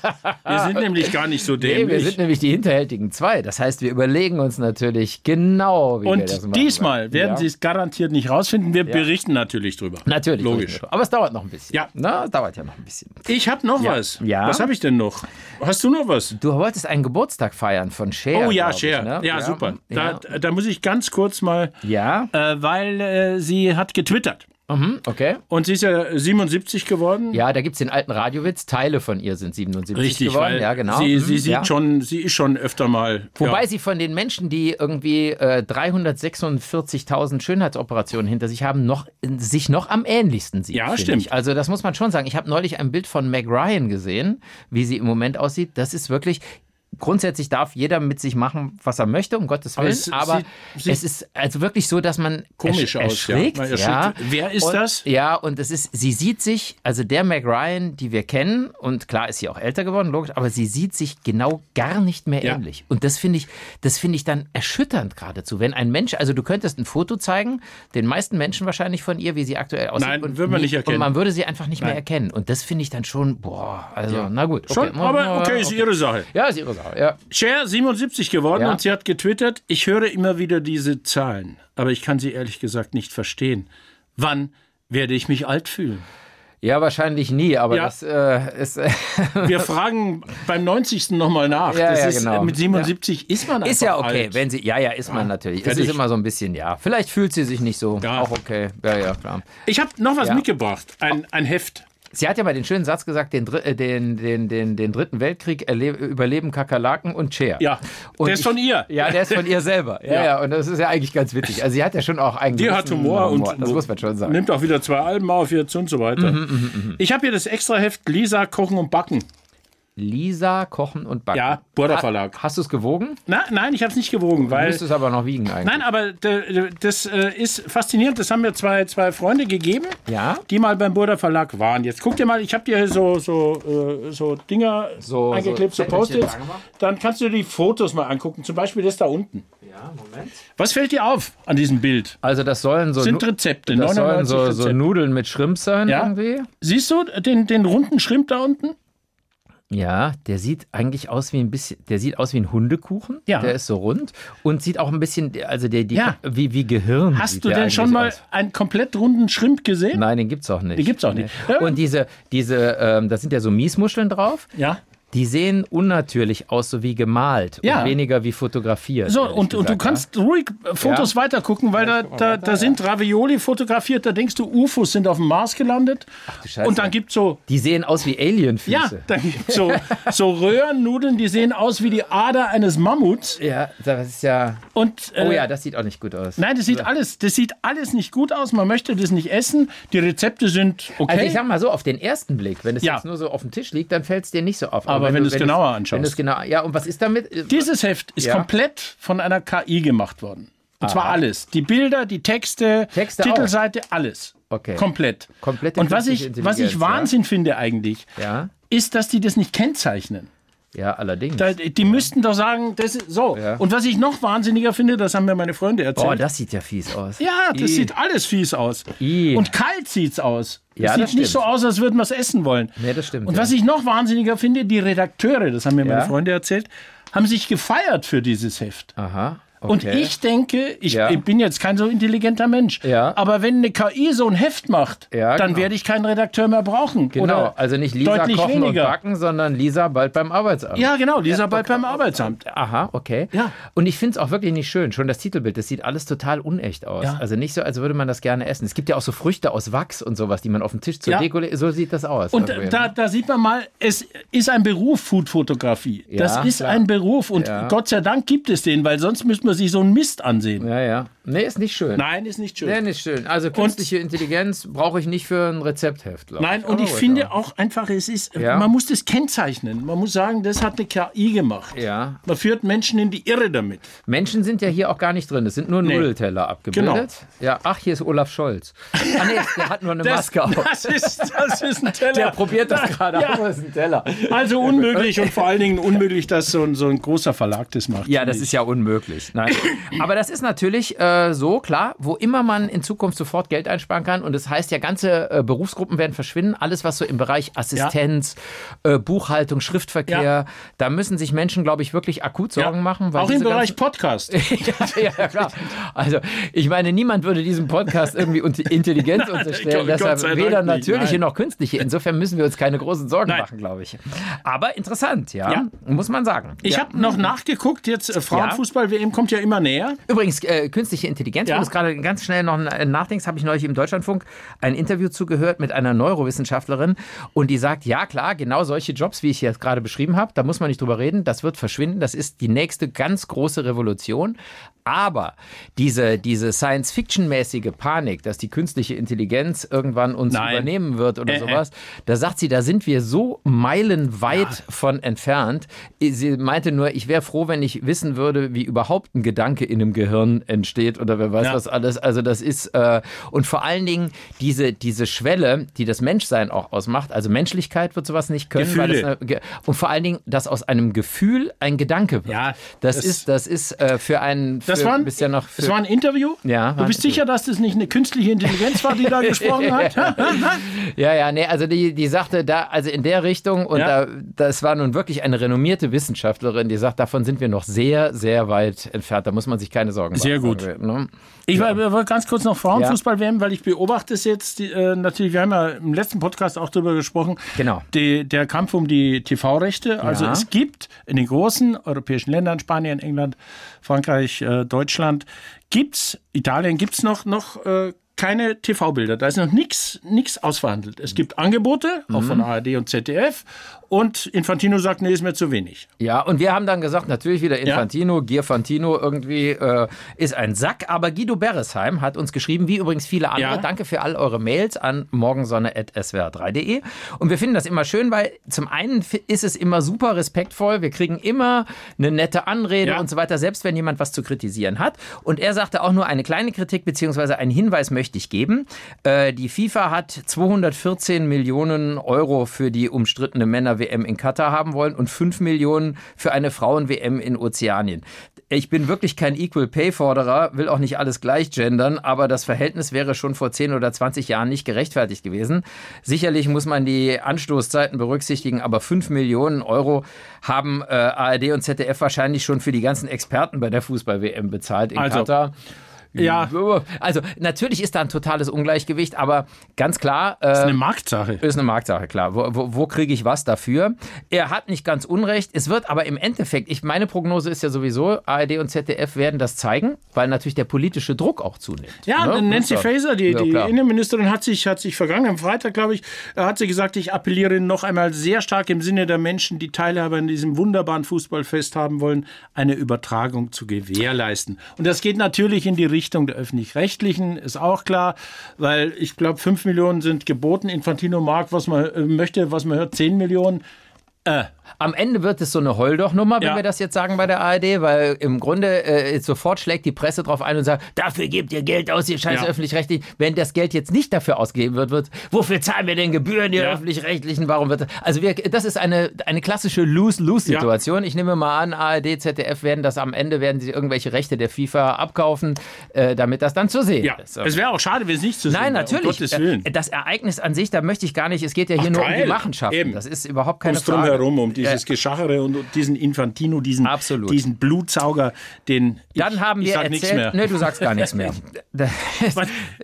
S2: wir sind nämlich gar nicht so
S1: Nee, wir
S2: dämlich.
S1: sind nämlich die hinterhältigen zwei. Das heißt, wir überlegen uns natürlich genau, wie wir das machen.
S2: und diesmal werden
S1: ja.
S2: Sie es garantiert nicht rausfinden. Wir berichten natürlich drüber.
S1: Natürlich.
S2: Logisch.
S1: Aber es dauert noch ein bisschen.
S2: Ja.
S1: Na, es dauert ja noch ein bisschen.
S2: Ich habe noch was.
S1: Ja.
S2: Was habe ich denn noch? Hast du noch was?
S1: Du wolltest einen Geburtstag feiern von Cher.
S2: Oh ja,
S1: glaub ich,
S2: Cher.
S1: ne?
S2: Ja, super.
S1: Ja.
S2: Da, da muss ich ganz kurz mal,
S1: ja.
S2: äh, weil äh, sie hat getwittert.
S1: Mhm, okay.
S2: Und sie ist ja 77 geworden.
S1: Ja, da gibt es den alten Radiowitz. Teile von ihr sind 77
S2: Richtig,
S1: geworden.
S2: weil
S1: ja, genau.
S2: sie,
S1: Mhm,
S2: sie, sieht
S1: ja.
S2: schon, sie ist schon öfter mal.
S1: Wobei
S2: ja.
S1: sie von den Menschen, die irgendwie äh, 346.000 Schönheitsoperationen hinter sich haben, noch, sich noch am ähnlichsten sieht.
S2: Ja,
S1: finde
S2: stimmt.
S1: Ich. Also das muss man schon sagen. Ich habe neulich ein Bild von Meg Ryan gesehen, wie sie im Moment aussieht. Das ist wirklich... Grundsätzlich darf jeder mit sich machen, was er möchte, um Gottes Willen.
S2: es-
S1: Aber
S2: sie- sie-
S1: es ist also wirklich so, dass man
S2: Komisch
S1: ersch-
S2: aus,
S1: erschrickt,
S2: ja. Man
S1: ja.
S2: erschrickt. Wer ist
S1: und,
S2: das?
S1: Ja, und es ist, sie sieht sich, also der Meg Ryan, die wir kennen, und klar ist sie auch älter geworden, logisch, aber sie sieht sich genau gar nicht mehr
S2: Ja.
S1: ähnlich. Und das finde ich, das finde ich dann erschütternd geradezu, wenn ein Mensch, also du könntest ein Foto zeigen, den meisten Menschen wahrscheinlich von ihr, wie sie aktuell aussieht.
S2: Nein,
S1: und
S2: würde man
S1: nie-
S2: nicht erkennen.
S1: Und man würde sie einfach nicht mehr erkennen. Und das finde ich dann schon, boah, also, na gut.
S2: Schon, aber okay, ist ihre Sache.
S1: Ja, ist ihre Sache, ja.
S2: Cher 77 geworden
S1: Ja.
S2: und sie hat getwittert, ich höre immer wieder diese Zahlen, aber ich kann sie ehrlich gesagt nicht verstehen. Wann werde ich mich alt fühlen?
S1: Ja, wahrscheinlich nie, aber
S2: Ja.
S1: das äh, ist.
S2: Wir fragen beim 90. nochmal nach.
S1: Ja,
S2: das
S1: ja,
S2: ist,
S1: genau.
S2: Mit 77 ist man einfach
S1: Ist ja okay,
S2: alt.
S1: wenn sie. Ja, ja, ist man natürlich. Es
S2: fertig.
S1: ist immer so ein bisschen, ja. Vielleicht fühlt sie sich nicht so.
S2: Ja.
S1: Auch okay. Ja, ja, klar.
S2: Ich habe noch was
S1: Ja.
S2: mitgebracht, ein, ein Heft.
S1: Sie hat ja mal den schönen Satz gesagt: den, Dr- äh, den, den, den, den dritten Weltkrieg erle- überleben Kakerlaken und Cher.
S2: Ja,
S1: Und
S2: der ist von
S1: ich-
S2: ihr.
S1: Ja, der ist von ihr selber. Ja, ja, und das ist ja eigentlich ganz witzig. Also, sie hat ja schon auch einen
S2: Die hat
S1: gewissen
S2: Humor, und Ne?
S1: Das muss man schon sagen. Mhm,
S2: nimmt auch wieder zwei Alben auf jetzt und so weiter. ich habe hier das extra Heft Lisa Kochen und Backen.
S1: Lisa, Kochen und Backen.
S2: Ja, Burda
S1: Ha-
S2: Verlag.
S1: Hast du es gewogen?
S2: Na, nein, ich habe es nicht gewogen, weil
S1: Müsstest es aber noch wiegen eigentlich.
S2: Nein, aber d- d- das äh, ist faszinierend. Das haben mir zwei, zwei Freunde gegeben,
S1: Ja?
S2: die mal beim Burda Verlag waren. Jetzt guck dir mal, ich habe dir hier so, so, äh, so Dinger
S1: So-
S2: eingeklebt,
S1: so
S2: so, Post-its.
S1: Zettelchen dran gemacht.
S2: Dann kannst du die Fotos mal angucken. Zum Beispiel das da unten.
S1: Ja, Moment.
S2: Was fällt dir auf an diesem Bild?
S1: Also, das sollen so.
S2: Sind
S1: Nu-
S2: Rezepte.
S1: das sollen
S2: 99
S1: so, so
S2: Rezepte.
S1: Nudeln mit Schrimps sein
S2: Ja.
S1: irgendwie.
S2: Siehst du den, den runden Schrimp da unten?
S1: Ja, der sieht eigentlich aus wie ein bisschen, der sieht aus wie ein Hundekuchen.
S2: Ja.
S1: Der ist so rund und sieht auch ein bisschen, also der, die,
S2: Ja.
S1: wie, wie Gehirn.
S2: Hast
S1: sieht
S2: du
S1: der
S2: denn schon
S1: eigentlich
S2: mal
S1: aus.
S2: einen komplett runden Schrimp gesehen?
S1: Nein, den gibt's auch nicht.
S2: Den gibt's auch nicht. Ähm.
S1: Nee.
S2: Ja.
S1: Und diese, diese, ähm, da sind ja so Miesmuscheln drauf.
S2: Ja.
S1: Die sehen unnatürlich aus, so wie gemalt
S2: Ja.
S1: und weniger wie fotografiert.
S2: So,
S1: ehrlich
S2: und, und du
S1: gesagt,
S2: kannst ruhig Fotos weitergucken, weil da, da, da sind Ravioli fotografiert, da denkst du, UFOs sind auf dem Mars gelandet.
S1: du Scheiße.
S2: und dann gibt so,
S1: Ja. Die sehen aus wie Alienfüße.
S2: ja, dann gibt's so, so Röhrennudeln, die sehen aus wie die Ader eines Mammuts.
S1: ja, das ist ja.
S2: Und, äh,
S1: Oh ja, das sieht auch nicht gut aus.
S2: Nein, das sieht alles, das sieht alles nicht gut aus. Man möchte das nicht essen. Die Rezepte sind okay.
S1: Also ich sag mal so, auf den ersten Blick, wenn es
S2: Ja.
S1: jetzt nur so auf dem Tisch liegt, dann fällt es dir nicht so auf.
S2: Aber wenn du es genauer
S1: Wenn
S2: anschaust.
S1: du es genau, ja, und was ist damit? Äh,
S2: Dieses Heft ist
S1: Ja.
S2: komplett von einer KI gemacht worden. Und zwar alles. Die Bilder, die Texte,
S1: Texte auch.
S2: Titelseite, alles.
S1: Okay.
S2: Komplett.
S1: Komplette
S2: Und was ich,
S1: künstliche
S2: was ich
S1: Intelligenz,
S2: Wahnsinn finde eigentlich,
S1: Ja,
S2: ist, dass die das nicht kennzeichnen.
S1: ja, allerdings.
S2: Da, die müssten doch sagen, das ist so.
S1: Ja.
S2: Und was ich noch wahnsinniger finde, das haben mir meine Freunde erzählt.
S1: Boah, das sieht ja fies aus.
S2: ja, das
S1: I.
S2: sieht alles fies aus.
S1: I.
S2: Und kalt sieht's aus.
S1: Ja,
S2: es sieht
S1: das
S2: nicht so
S1: stimmt.
S2: aus, als würden wir es essen wollen.
S1: Nee, das stimmt,
S2: Und
S1: ja.
S2: was ich noch wahnsinniger finde, die Redakteure, das haben mir meine
S1: Ja.
S2: Freunde erzählt, haben sich gefeiert für dieses Heft.
S1: Aha. Okay.
S2: Und ich denke, ich
S1: Ja.
S2: bin jetzt kein so intelligenter Mensch,
S1: Ja.
S2: aber wenn eine KI so ein Heft macht,
S1: Ja,
S2: dann
S1: genau.
S2: werde ich keinen Redakteur mehr brauchen.
S1: Genau,
S2: Oder
S1: also nicht Lisa
S2: deutlich
S1: kochen
S2: weniger.
S1: und backen, sondern Lisa bald beim Arbeitsamt.
S2: Ja, genau, Lisa bald beim Arbeitsamt.
S1: Aha, okay.
S2: Ja.
S1: Und ich finde es auch wirklich nicht schön. Schon das Titelbild, das sieht alles total unecht aus.
S2: Ja.
S1: Also nicht so, als würde man das gerne essen. Es gibt ja auch so Früchte aus Wachs und sowas, die man auf dem Tisch zur
S2: Ja.
S1: Deko legt. So sieht das aus.
S2: Und
S1: irgendwie.
S2: da, da sieht man mal, es ist ein Beruf, Foodfotografie. das ist
S1: klar.
S2: ein Beruf und
S1: Ja.
S2: Gott sei Dank gibt es den, weil sonst müsste man sich so einen Mist ansehen.
S1: ja, ja. Nee, ist nicht schön.
S2: Nein, ist nicht schön.
S1: Ja, nicht schön. Also künstliche Intelligenz brauche ich nicht für ein Rezeptheft. glaub
S2: Nein, und
S1: Aber
S2: ich
S1: gut,
S2: finde auch einfach, es ist,
S1: Oh, genau. Ja.
S2: man muss das kennzeichnen. Man muss sagen, das hat eine KI gemacht.
S1: Ja.
S2: Man führt Menschen in die Irre damit.
S1: Menschen sind ja hier auch gar nicht drin. Es sind nur Nudelteller abgebildet. Ja, ach, hier ist Olaf Scholz. Ah, nee, der hat nur eine Maske auf.
S2: Genau. Das ist, das ist ein Teller.
S1: Der probiert das gerade
S2: Ja.
S1: aus. Das ist ein Teller.
S2: Also unmöglich und vor allen Dingen unmöglich, dass so ein, so ein großer Verlag das macht.
S1: Ja, das ist ja unmöglich. Nein. Aber das ist natürlich äh, äh, so, klar, wo immer man in Zukunft sofort Geld einsparen kann. Und das heißt, ja, ganze äh, Berufsgruppen werden verschwinden. Alles, was so im Bereich Assistenz, äh, Buchhaltung, Schriftverkehr,
S2: Ja.
S1: da müssen sich Menschen, glaube ich, wirklich akut Sorgen machen. Weil
S2: Auch im
S1: diese ganzen-
S2: Bereich Podcast.
S1: ja, ja, klar. Also, ich meine, niemand würde diesem Podcast irgendwie un- Intelligenz unterstellen.
S2: Gott- Gott
S1: deshalb
S2: sei Dank
S1: weder
S2: nicht,
S1: natürliche
S2: nein.
S1: noch künstliche. Insofern müssen wir uns keine großen Sorgen
S2: Nein.
S1: machen, glaube ich. Aber interessant, ja,
S2: Ja.
S1: muss man sagen.
S2: Ich
S1: ja.
S2: habe noch nachgeguckt, jetzt äh, Frauenfußball-WM kommt ja immer näher.
S1: Übrigens, äh, künstliche Intelligenz,
S2: Ja.
S1: wo du es gerade ganz schnell noch äh, nachdenkst, habe ich neulich im Deutschlandfunk ein Interview zugehört mit einer Neurowissenschaftlerin und die sagt, ja klar, genau solche Jobs, wie ich jetzt gerade beschrieben habe, da muss man nicht drüber reden, das wird verschwinden, das ist die nächste ganz große Revolution. Aber diese, diese Science-Fiction-mäßige Panik, dass die künstliche Intelligenz irgendwann uns
S2: Nein.
S1: übernehmen wird oder
S2: Äh, äh.
S1: sowas, da sagt sie, da sind wir so meilenweit von entfernt. Sie meinte nur, ich wäre froh, wenn ich wissen würde, wie überhaupt ein Gedanke in einem Gehirn entsteht oder wer weiß
S2: Ja.
S1: was alles. Also das ist äh, und vor allen Dingen diese, diese Schwelle, die das Menschsein auch ausmacht. Also Menschlichkeit wird sowas nicht können. Weil das
S2: Gefühle.
S1: eine, Ge- und vor allen Dingen, dass aus einem Gefühl ein Gedanke wird.
S2: Ja,
S1: das,
S2: das-
S1: ist, das ist äh, für einen. Für,
S2: Das war, ein,
S1: bist ja noch für,
S2: das war ein Interview?
S1: Ja, war
S2: Du
S1: ein
S2: bist sicher, dass das nicht eine künstliche Intelligenz war, die da gesprochen hat?
S1: Ja, ja, nee, also die, die sagte da, also in der Richtung, und
S2: Ja.
S1: da, das war nun wirklich eine renommierte Wissenschaftlerin, die sagt, davon sind wir noch sehr, sehr weit entfernt. Da muss man sich keine Sorgen machen.
S2: Sehr gut.
S1: Ne?
S2: Ich war- wollte ganz kurz noch Frauenfußball werden, weil ich beobachte es jetzt die, äh, natürlich, wir haben ja im letzten Podcast auch darüber gesprochen,
S1: Genau.
S2: die, der Kampf um die TV-Rechte. Also
S1: Ja.
S2: es gibt in den großen europäischen Ländern, Spanien, England, Frankreich, äh, Deutschland, gibt's, Italien gibt's noch, noch äh, keine TV-Bilder. Da ist noch nichts nix ausverhandelt. Es gibt Angebote, auch
S1: Mhm.
S2: von ARD und ZDF. Und Infantino sagt, nee, ist mir zu wenig.
S1: Ja, und wir haben dann gesagt, natürlich wieder Infantino, Gierfantino irgendwie äh, ist ein Sack, aber Guido Beresheim hat uns geschrieben, wie übrigens viele andere,
S2: Ja.
S1: danke für all eure Mails an morgensonne.swr3.de E. und wir finden das immer schön, weil zum einen fi- ist es immer super respektvoll, wir kriegen immer eine nette Anrede
S2: Ja.
S1: und so weiter, selbst wenn jemand was zu kritisieren hat und er sagte auch nur eine kleine Kritik beziehungsweise einen Hinweis möchte ich geben. Äh, die FIFA hat 214 Millionen Euro für die umstrittene Männer-WM in Katar haben wollen und 5 Millionen für eine Frauen-WM in Ozeanien. Ich bin wirklich kein Equal Pay-Forderer, will auch nicht alles gleich gendern, aber das Verhältnis wäre schon vor 10 oder 20 Jahren nicht gerechtfertigt gewesen. Sicherlich muss man die Anstoßzeiten berücksichtigen, aber 5 Millionen Euro haben äh, ARD und ZDF wahrscheinlich schon für die ganzen Experten bei der Fußball-WM bezahlt in
S2: Also,
S1: Katar.
S2: Ja,
S1: Also natürlich ist da ein totales Ungleichgewicht, aber ganz klar, äh,
S2: eine Marktsache.
S1: ist eine Marktsache, klar. Wo, wo, wo kriege ich was dafür? Er hat nicht ganz Unrecht. Es wird aber im Endeffekt, ich, meine Prognose ist ja sowieso, ARD und ZDF werden das zeigen, weil natürlich der politische Druck auch zunimmt.
S2: Ja,
S1: Ne?
S2: Nancy
S1: Ja.
S2: Faeser, die,
S1: Ja,
S2: die
S1: klar.
S2: Innenministerin, hat sich, hat sich vergangenen Freitag, glaube ich, äh, hat sie gesagt, ich appelliere noch einmal sehr stark im Sinne der Menschen, die Teilhaber in diesem wunderbaren Fußballfest haben wollen, eine Übertragung zu gewährleisten. Und das geht natürlich in die Richtung der Öffentlich-Rechtlichen, ist auch klar, weil ich glaube, 5 Millionen sind geboten. Infantino mag, was man äh, möchte, was man hört, 10 Millionen.
S1: Am Ende wird es so eine Holdoch-Nummer, wenn
S2: Ja.
S1: wir das jetzt sagen bei der ARD, weil im Grunde äh, sofort schlägt die Presse drauf ein und sagt, dafür gebt ihr Geld aus, ihr scheiß
S2: Ja.
S1: Öffentlich-Rechtlichen. Wenn das Geld jetzt nicht dafür ausgegeben wird, wird wofür zahlen wir denn Gebühren, ihr
S2: Ja.
S1: Öffentlich-Rechtlichen? Warum wird das? Also wir, das ist eine, eine klassische Lose-Lose-Situation. Ich nehme mal an, ARD, ZDF werden das am Ende, werden sie irgendwelche Rechte der FIFA abkaufen, äh, damit das dann zu sehen
S2: Ja,
S1: ist.
S2: es wäre auch schade, wenn es nicht zu sehen
S1: Nein,
S2: wäre,
S1: natürlich.
S2: Um Gottes Willen.
S1: Äh, Das Ereignis an sich, da möchte ich gar nicht. Es geht ja hier nur um
S2: geil.
S1: die Machenschaften.
S2: Eben.
S1: Das ist überhaupt keine
S2: ums
S1: Frage.
S2: Drumherum, um
S1: Ja.
S2: dieses Geschachere und um diesen Infantino, diesen,
S1: Absolut.
S2: diesen Blutsauger, den ich,
S1: Dann haben wir
S2: ich sag
S1: erzählt, ne?
S2: nichts mehr.
S1: Nee, du sagst gar nichts mehr. Das-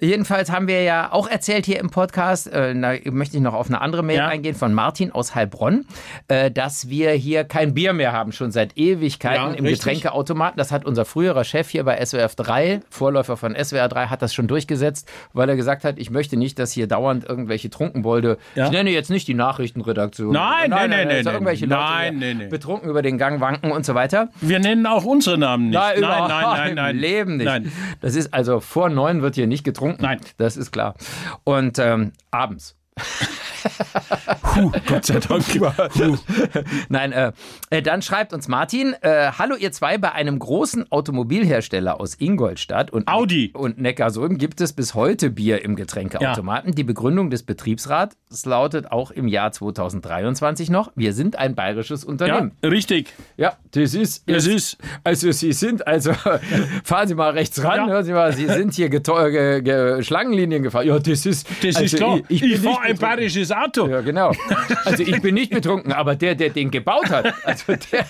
S1: Jedenfalls haben wir ja auch erzählt hier im Podcast, äh, da möchte ich noch auf eine andere Mail
S2: Ja.
S1: eingehen von Martin aus Heilbronn, äh, dass wir hier kein Bier mehr haben, schon seit Ewigkeiten
S2: Ja,
S1: im
S2: richtig.
S1: Getränkeautomaten. Das hat unser früherer Chef hier bei SWF 3, Vorläufer von SWR 3, hat das schon durchgesetzt, weil er gesagt hat, ich möchte nicht, dass hier dauernd irgendwelche Trunkenbolde,
S2: Ja.
S1: ich nenne jetzt nicht die Nachrichtenredaktion,
S2: Nein, nein, nein,
S1: dass
S2: nein,
S1: irgendwelche
S2: nein,
S1: Leute
S2: nein,
S1: hier
S2: nein.
S1: betrunken über den Gang wanken und so weiter.
S2: Wir nennen auch unsere Namen nicht.
S1: Nein,
S2: nein,
S1: überhaupt
S2: nein, nein, nein.
S1: Im Leben nicht.
S2: Nein.
S1: Das ist also vor neun wird hier nicht getrunken.
S2: Nein.
S1: Das ist klar. Und ähm, abends.
S2: Puh, Gott sei Dank. Puh.
S1: Nein, äh, äh, dann schreibt uns Martin, äh, hallo ihr zwei, bei einem großen Automobilhersteller aus Ingolstadt und,
S2: Audi.
S1: und Neckarsulm gibt es bis heute Bier im Getränkeautomaten. Die Begründung des Betriebsrats lautet auch im Jahr 2023 noch, wir sind ein bayerisches
S2: Ja,
S1: Unternehmen.
S2: richtig.
S1: Ja, das ist,
S2: Es ist.
S1: also Sie sind, also fahren Sie mal rechts ran,
S2: Ja.
S1: hören Sie mal, Sie sind hier geteu- ge, ge, Schlangenlinien gefahren. Ja, das ist,
S2: Das
S1: also
S2: ist klar.
S1: Ich,
S2: Ich,
S1: ich, bin
S2: fahre
S1: nicht
S2: ein
S1: betrunken.
S2: bayerisches Auto.
S1: Ja, genau. Also ich bin nicht betrunken, aber der, der den gebaut hat, also der,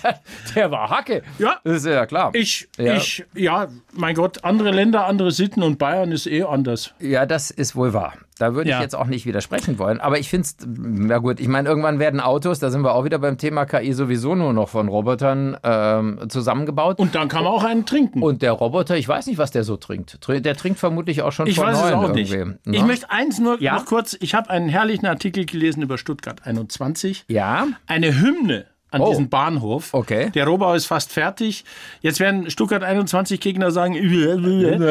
S1: der war Hacke.
S2: Ja.
S1: Das ist ja klar.
S2: Ich,
S1: Ja.
S2: ich, ja, mein Gott, andere Länder, andere Sitten und Bayern ist eh anders.
S1: Ja, das ist wohl wahr. Da würde
S2: Ja.
S1: ich jetzt auch nicht widersprechen wollen. Aber ich finde es, na gut, ich meine, irgendwann werden Autos, da sind wir auch wieder beim Thema KI, sowieso nur noch von Robotern ähm, zusammengebaut.
S2: Und dann kann man auch einen trinken.
S1: Und der Roboter, ich weiß nicht, was der so trinkt. Tr- Der trinkt vermutlich auch schon
S2: ich
S1: von
S2: weiß es
S1: neuen
S2: auch nicht.
S1: irgendwie.
S2: Ich
S1: ne?
S2: möchte eins nur
S1: Ja?
S2: noch kurz, ich habe einen herrlichen Artikel gelesen über Stuttgart 21.
S1: ja,
S2: Eine Hymne an
S1: Oh.
S2: diesen Bahnhof.
S1: Okay.
S2: Der Rohbau ist fast fertig. Jetzt werden Stuttgart 21 Gegner sagen,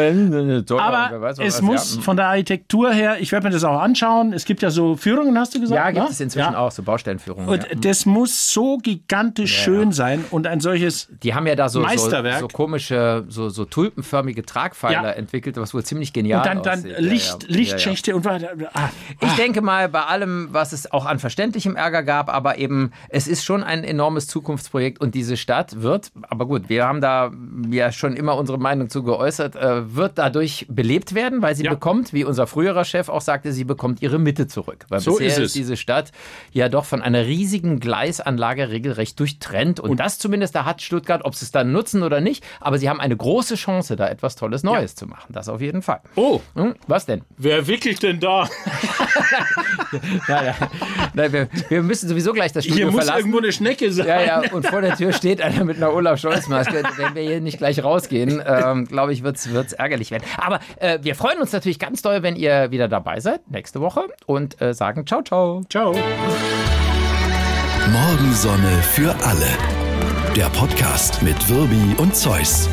S2: aber es muss
S1: Mhm.
S2: von der Architektur her, ich werde mir das auch anschauen. Es gibt ja so Führungen, hast du gesagt?
S1: Ja, gibt
S2: ne?
S1: es inzwischen auch so Baustellenführungen.
S2: Und
S1: ja. Mhm.
S2: das muss so gigantisch schön sein und ein solches
S1: Die haben ja da so, so,
S2: Meisterwerk.
S1: so komische, so, so tulpenförmige Tragpfeiler
S2: Ja.
S1: entwickelt, was wohl ziemlich genial
S2: und dann, dann
S1: aussieht.
S2: Licht,
S1: ja, ja. Ja, ja.
S2: Lichtschächte und weiter. Ah,
S1: Ich denke mal, bei allem, was es auch an verständlichem Ärger gab, aber eben, es ist schon ein enormes Zukunftsprojekt und diese Stadt wird, aber gut, wir haben da ja schon immer unsere Meinung zu geäußert, äh, wird dadurch belebt werden, weil sie
S2: Ja.
S1: bekommt, wie unser früherer Chef auch sagte, sie bekommt ihre Mitte zurück. Weil
S2: So
S1: bisher
S2: ist
S1: ist,
S2: es.
S1: diese Stadt ja doch von einer riesigen Gleisanlage regelrecht durchtrennt und, das zumindest, da hat Stuttgart, ob sie es dann nutzen oder nicht, aber sie haben eine große Chance, da etwas Tolles Neues zu machen. Das auf jeden Fall.
S2: Oh,
S1: Hm, was denn?
S2: wer wickelt denn da?
S1: Nein, nein. nein wir, wir müssen sowieso gleich das Studio
S2: Hier muss
S1: verlassen.
S2: irgendwo eine Schnecke sein.
S1: Ja, ja, und vor der Tür steht einer mit einer Olaf Scholz-Maske. Wenn wir hier nicht gleich rausgehen, ähm, glaube ich, wird es ärgerlich werden. Aber äh, wir freuen uns natürlich ganz doll, wenn ihr wieder dabei seid nächste Woche und äh, sagen ciao, ciao.
S2: Ciao.
S3: Morgensonne für alle. Der Podcast mit Wirbi und Zeus.